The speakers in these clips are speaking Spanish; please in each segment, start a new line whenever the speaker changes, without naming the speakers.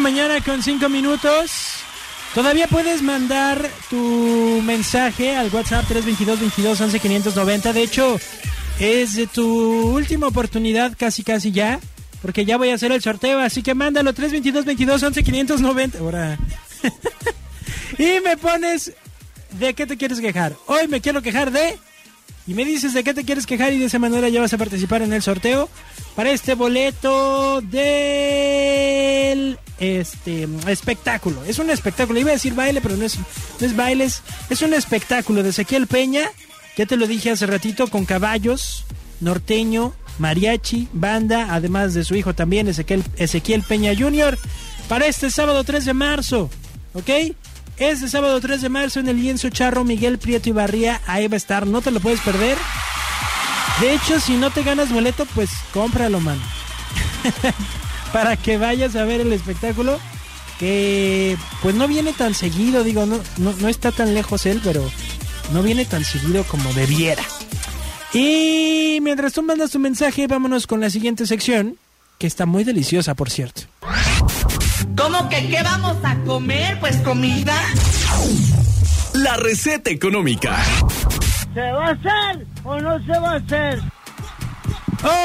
mañana con 5 minutos. Todavía puedes mandar tu mensaje al WhatsApp 322 22 11 590. De hecho, es de tu última oportunidad casi casi ya, porque ya voy a hacer el sorteo, así que mándalo 322 22 11 590. Ahora. y me pones de qué te quieres quejar. Hoy me quiero quejar de y me dices de qué te quieres quejar y de esa manera ya vas a participar en el sorteo para este boleto del este espectáculo. Es un espectáculo, iba a decir baile, pero no es, no es bailes, es un espectáculo de Ezequiel Peña, ya te lo dije hace ratito, con caballos, norteño, mariachi, banda, además de su hijo también, Ezequiel, Ezequiel Peña Jr., para este sábado 3 de marzo, ¿ok? Este sábado 3 de marzo en el lienzo charro Miguel Prieto y Barría, ahí va a estar, no te lo puedes perder. De hecho, si no te ganas boleto, pues cómpralo, man. Para que vayas a ver el espectáculo, que pues no viene tan seguido, digo, no, no, no está tan lejos él, pero no viene tan seguido como debiera. Y mientras tú mandas tu mensaje, vámonos con la siguiente sección, que está muy deliciosa, por cierto.
¿Cómo que qué vamos a comer? Pues comida.
La receta económica.
¿Se va a hacer o no se va a hacer?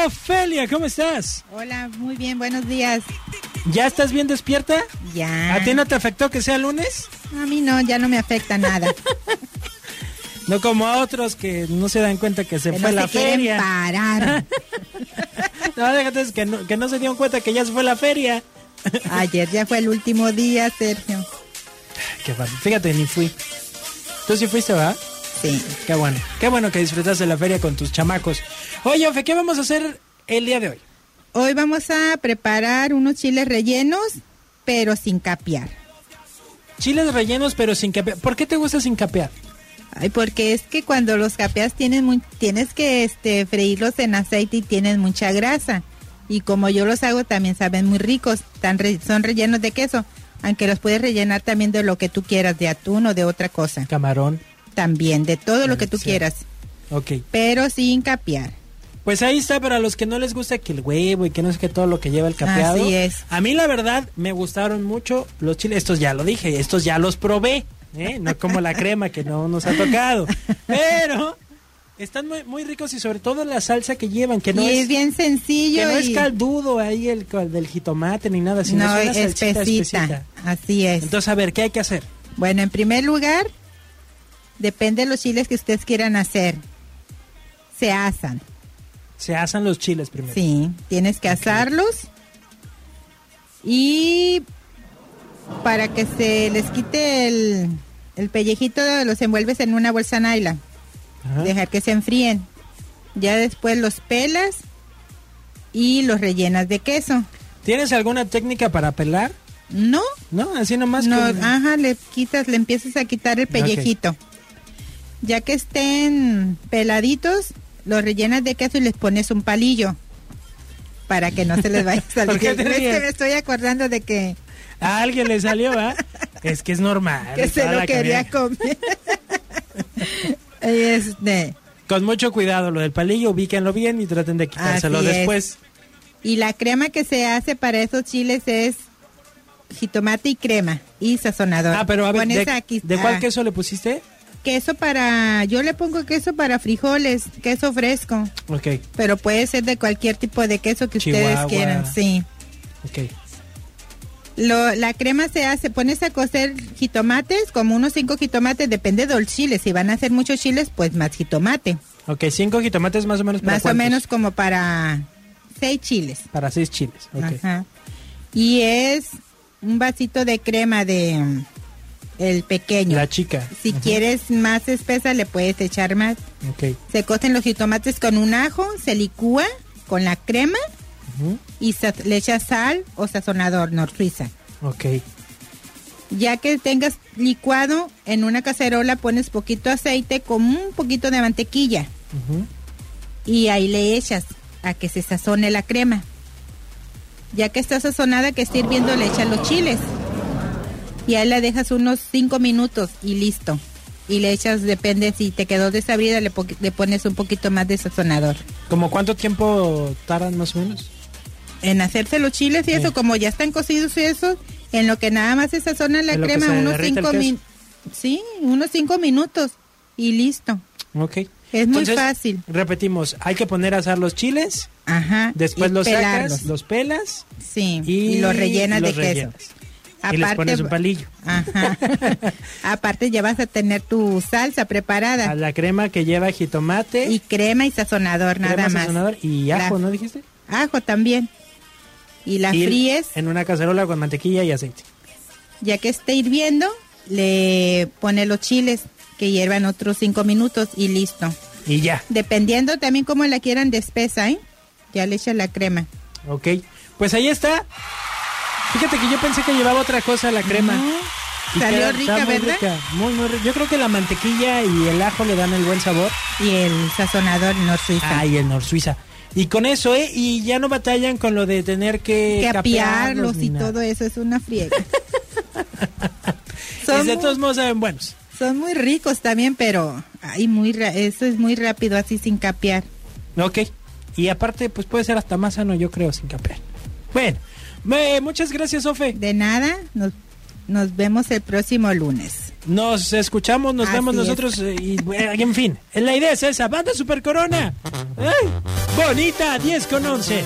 Ofelia, ¡Oh, ¿cómo estás?
Hola, muy bien, buenos días.
¿Ya estás bien despierta?
Ya.
¿A ti no te afectó que sea lunes?
A mí no, ya no me afecta nada.
No como a otros que no se dan cuenta que se
Que
fue
no
la
se quieren
feria.
parar.
No, déjate, es que no, que no se dieron cuenta que ya se fue la feria.
Ayer ya fue el último día, Sergio.
Qué fácil. Fíjate, ni fui. ¿Tú sí fuiste, va?
Sí.
Qué bueno. Qué bueno que disfrutaste la feria con tus chamacos. Oye, Ofe, ¿qué vamos a hacer el día de hoy?
Hoy vamos a preparar unos chiles rellenos, pero sin capear.
Chiles rellenos, pero sin capear. ¿Por qué te gusta sin capear?
Ay, porque es que cuando los capeas tienen muy- tienes que este, freírlos en aceite y tienen mucha grasa. Y como yo los hago también saben muy ricos, están re- son rellenos de queso, aunque los puedes rellenar también de lo que tú quieras, de atún o de otra cosa.
Camarón.
También, de todo lo que tú
Sí.
quieras,
Ok.
pero sin capear.
Pues ahí está, para los que no les gusta que el huevo y que no es que todo lo que lleva el capeado.
Así es.
A mí la verdad me gustaron mucho los chiles. Estos ya lo dije, estos ya los probé. ¿eh? No como la crema que no nos ha tocado. Pero están muy, muy ricos y sobre todo la salsa que llevan, que no
y es,
es...
bien
que
sencillo.
no es
y-
caldudo ahí el cal- del jitomate ni nada, sino
no,
es una salsita
espesita.
espesita.
Así es.
Entonces, a ver, ¿qué hay que hacer?
bueno, en primer lugar, depende de los chiles que ustedes quieran hacer. Se asan.
Se asan los chiles primero.
Sí, tienes que asarlos y para que se les quite el, el pellejito los envuelves en una bolsa naila,
Ajá.
dejar que se enfríen. Ya después los pelas y los rellenas de queso.
¿Tienes alguna técnica para pelar?
No,
¿No? Así nomás.
no, ah,
con-
ajá, le quitas, le empiezas a quitar el pellejito. Ya que estén peladitos, los rellenas de queso y les pones un palillo para que no se les vaya a salir.
¿Por qué
Es
te
que
ríes?
me estoy acordando de que,
A alguien le salió, ¿va? Es que es normal.
que se
Ah, toda
lo
la
quería
comida.
comer. este,
Con mucho cuidado, lo del palillo, ubíquenlo bien y traten de quitárselo
Así es.
después.
y la crema que se hace para esos chiles es jitomate y crema y sazonador.
Ah, pero a ver,
Pones
¿de,
aquí-
de cuál
ah,
queso le pusiste?
Queso para, yo le pongo queso para frijoles, queso fresco.
Ok,
Pero puede ser de cualquier tipo de queso que
Chihuahua.
ustedes quieran, sí.
ok.
Lo- la crema se hace, pones a cocer jitomates, como unos cinco jitomates, depende del chile. Si van a hacer muchos chiles, pues más jitomate.
Ok, cinco jitomates más o menos para
Más o
cuántos?
menos como para seis chiles.
Para seis chiles. Ok.
Ajá. Y es un vasito de crema de mm, el pequeño.
La chica.
si
Ajá.
quieres más espesa, le puedes echar más.
Ok.
Se cocen los jitomates con un ajo, se licúa con la crema
Ujú.
y sa- le echas sal o sazonador nor suiza.
Ok.
Ya que tengas licuado en una cacerola pones poquito aceite con un poquito de mantequilla
Ujú.
y ahí le echas a que se sazone la crema. Ya que está sazonada que esté hirviendo le echas los chiles y ahí la dejas unos 5 minutos y listo. Y le echas, depende si te quedó desabrida, le, po- le pones un poquito más de sazonador.
¿Como cuánto tiempo tardan más o menos?
en hacerse los chiles
Sí.
y eso, como ya están cocidos y eso, En lo que nada más se sazona la
En lo que
crema,
se
unos
derrite el
cinco
queso.
minutos. Sí, unos cinco minutos y listo.
Ok.
Es muy fácil.
Repetimos, hay que poner a asar los chiles,
Ajá.
después
y
los
pelarlos.
sacas, los pelas
Sí,
y,
y, los rellenas
los
de queso.
rellenas. Y les pones un palillo.
Ajá. Aparte ya vas a tener tu salsa preparada
A la crema que lleva jitomate,
y crema y sazonador
crema
nada más.
sazonador y ajo,
La-
¿no dijiste?
Ajo también. Y la
Y
fríes,
En una cacerola con mantequilla y aceite.
ya que esté hirviendo, le pones los chiles que hiervan otros cinco minutos y listo.
Y ya,
Dependiendo también cómo la quieran de espesa, ¿eh? Ya le echas la crema.
ok. Pues ahí está. Fíjate que yo pensé que llevaba otra cosa la crema.
No,
Y
Ah, Salió
queda-
rica,
está muy
¿verdad?
rica, muy, muy rica. Yo creo que la mantequilla y el ajo le dan el buen sabor.
Y el sazonador no suiza.
Ay, el Nor Suiza. Y con eso, ¿eh? Y ya no batallan con lo de tener que...
que
capearlos
apiarlos
ni
y
nada.
todo eso es una friega.
Y
son,
de todos
muy,
modos saben buenos.
son muy ricos también, pero ay, muy ra- eso es muy rápido así sin capear.
Ok. Y aparte, pues puede ser hasta más sano, yo creo, sin capear. Bueno, me- muchas gracias, Ofe.
De nada, nos, nos vemos el próximo lunes.
Nos escuchamos, nos
Así
vemos
es.
nosotros eh, y, eh, en fin. La idea es esa. Banda Super Corona. ¡Ay! Bonita, 10 con 11.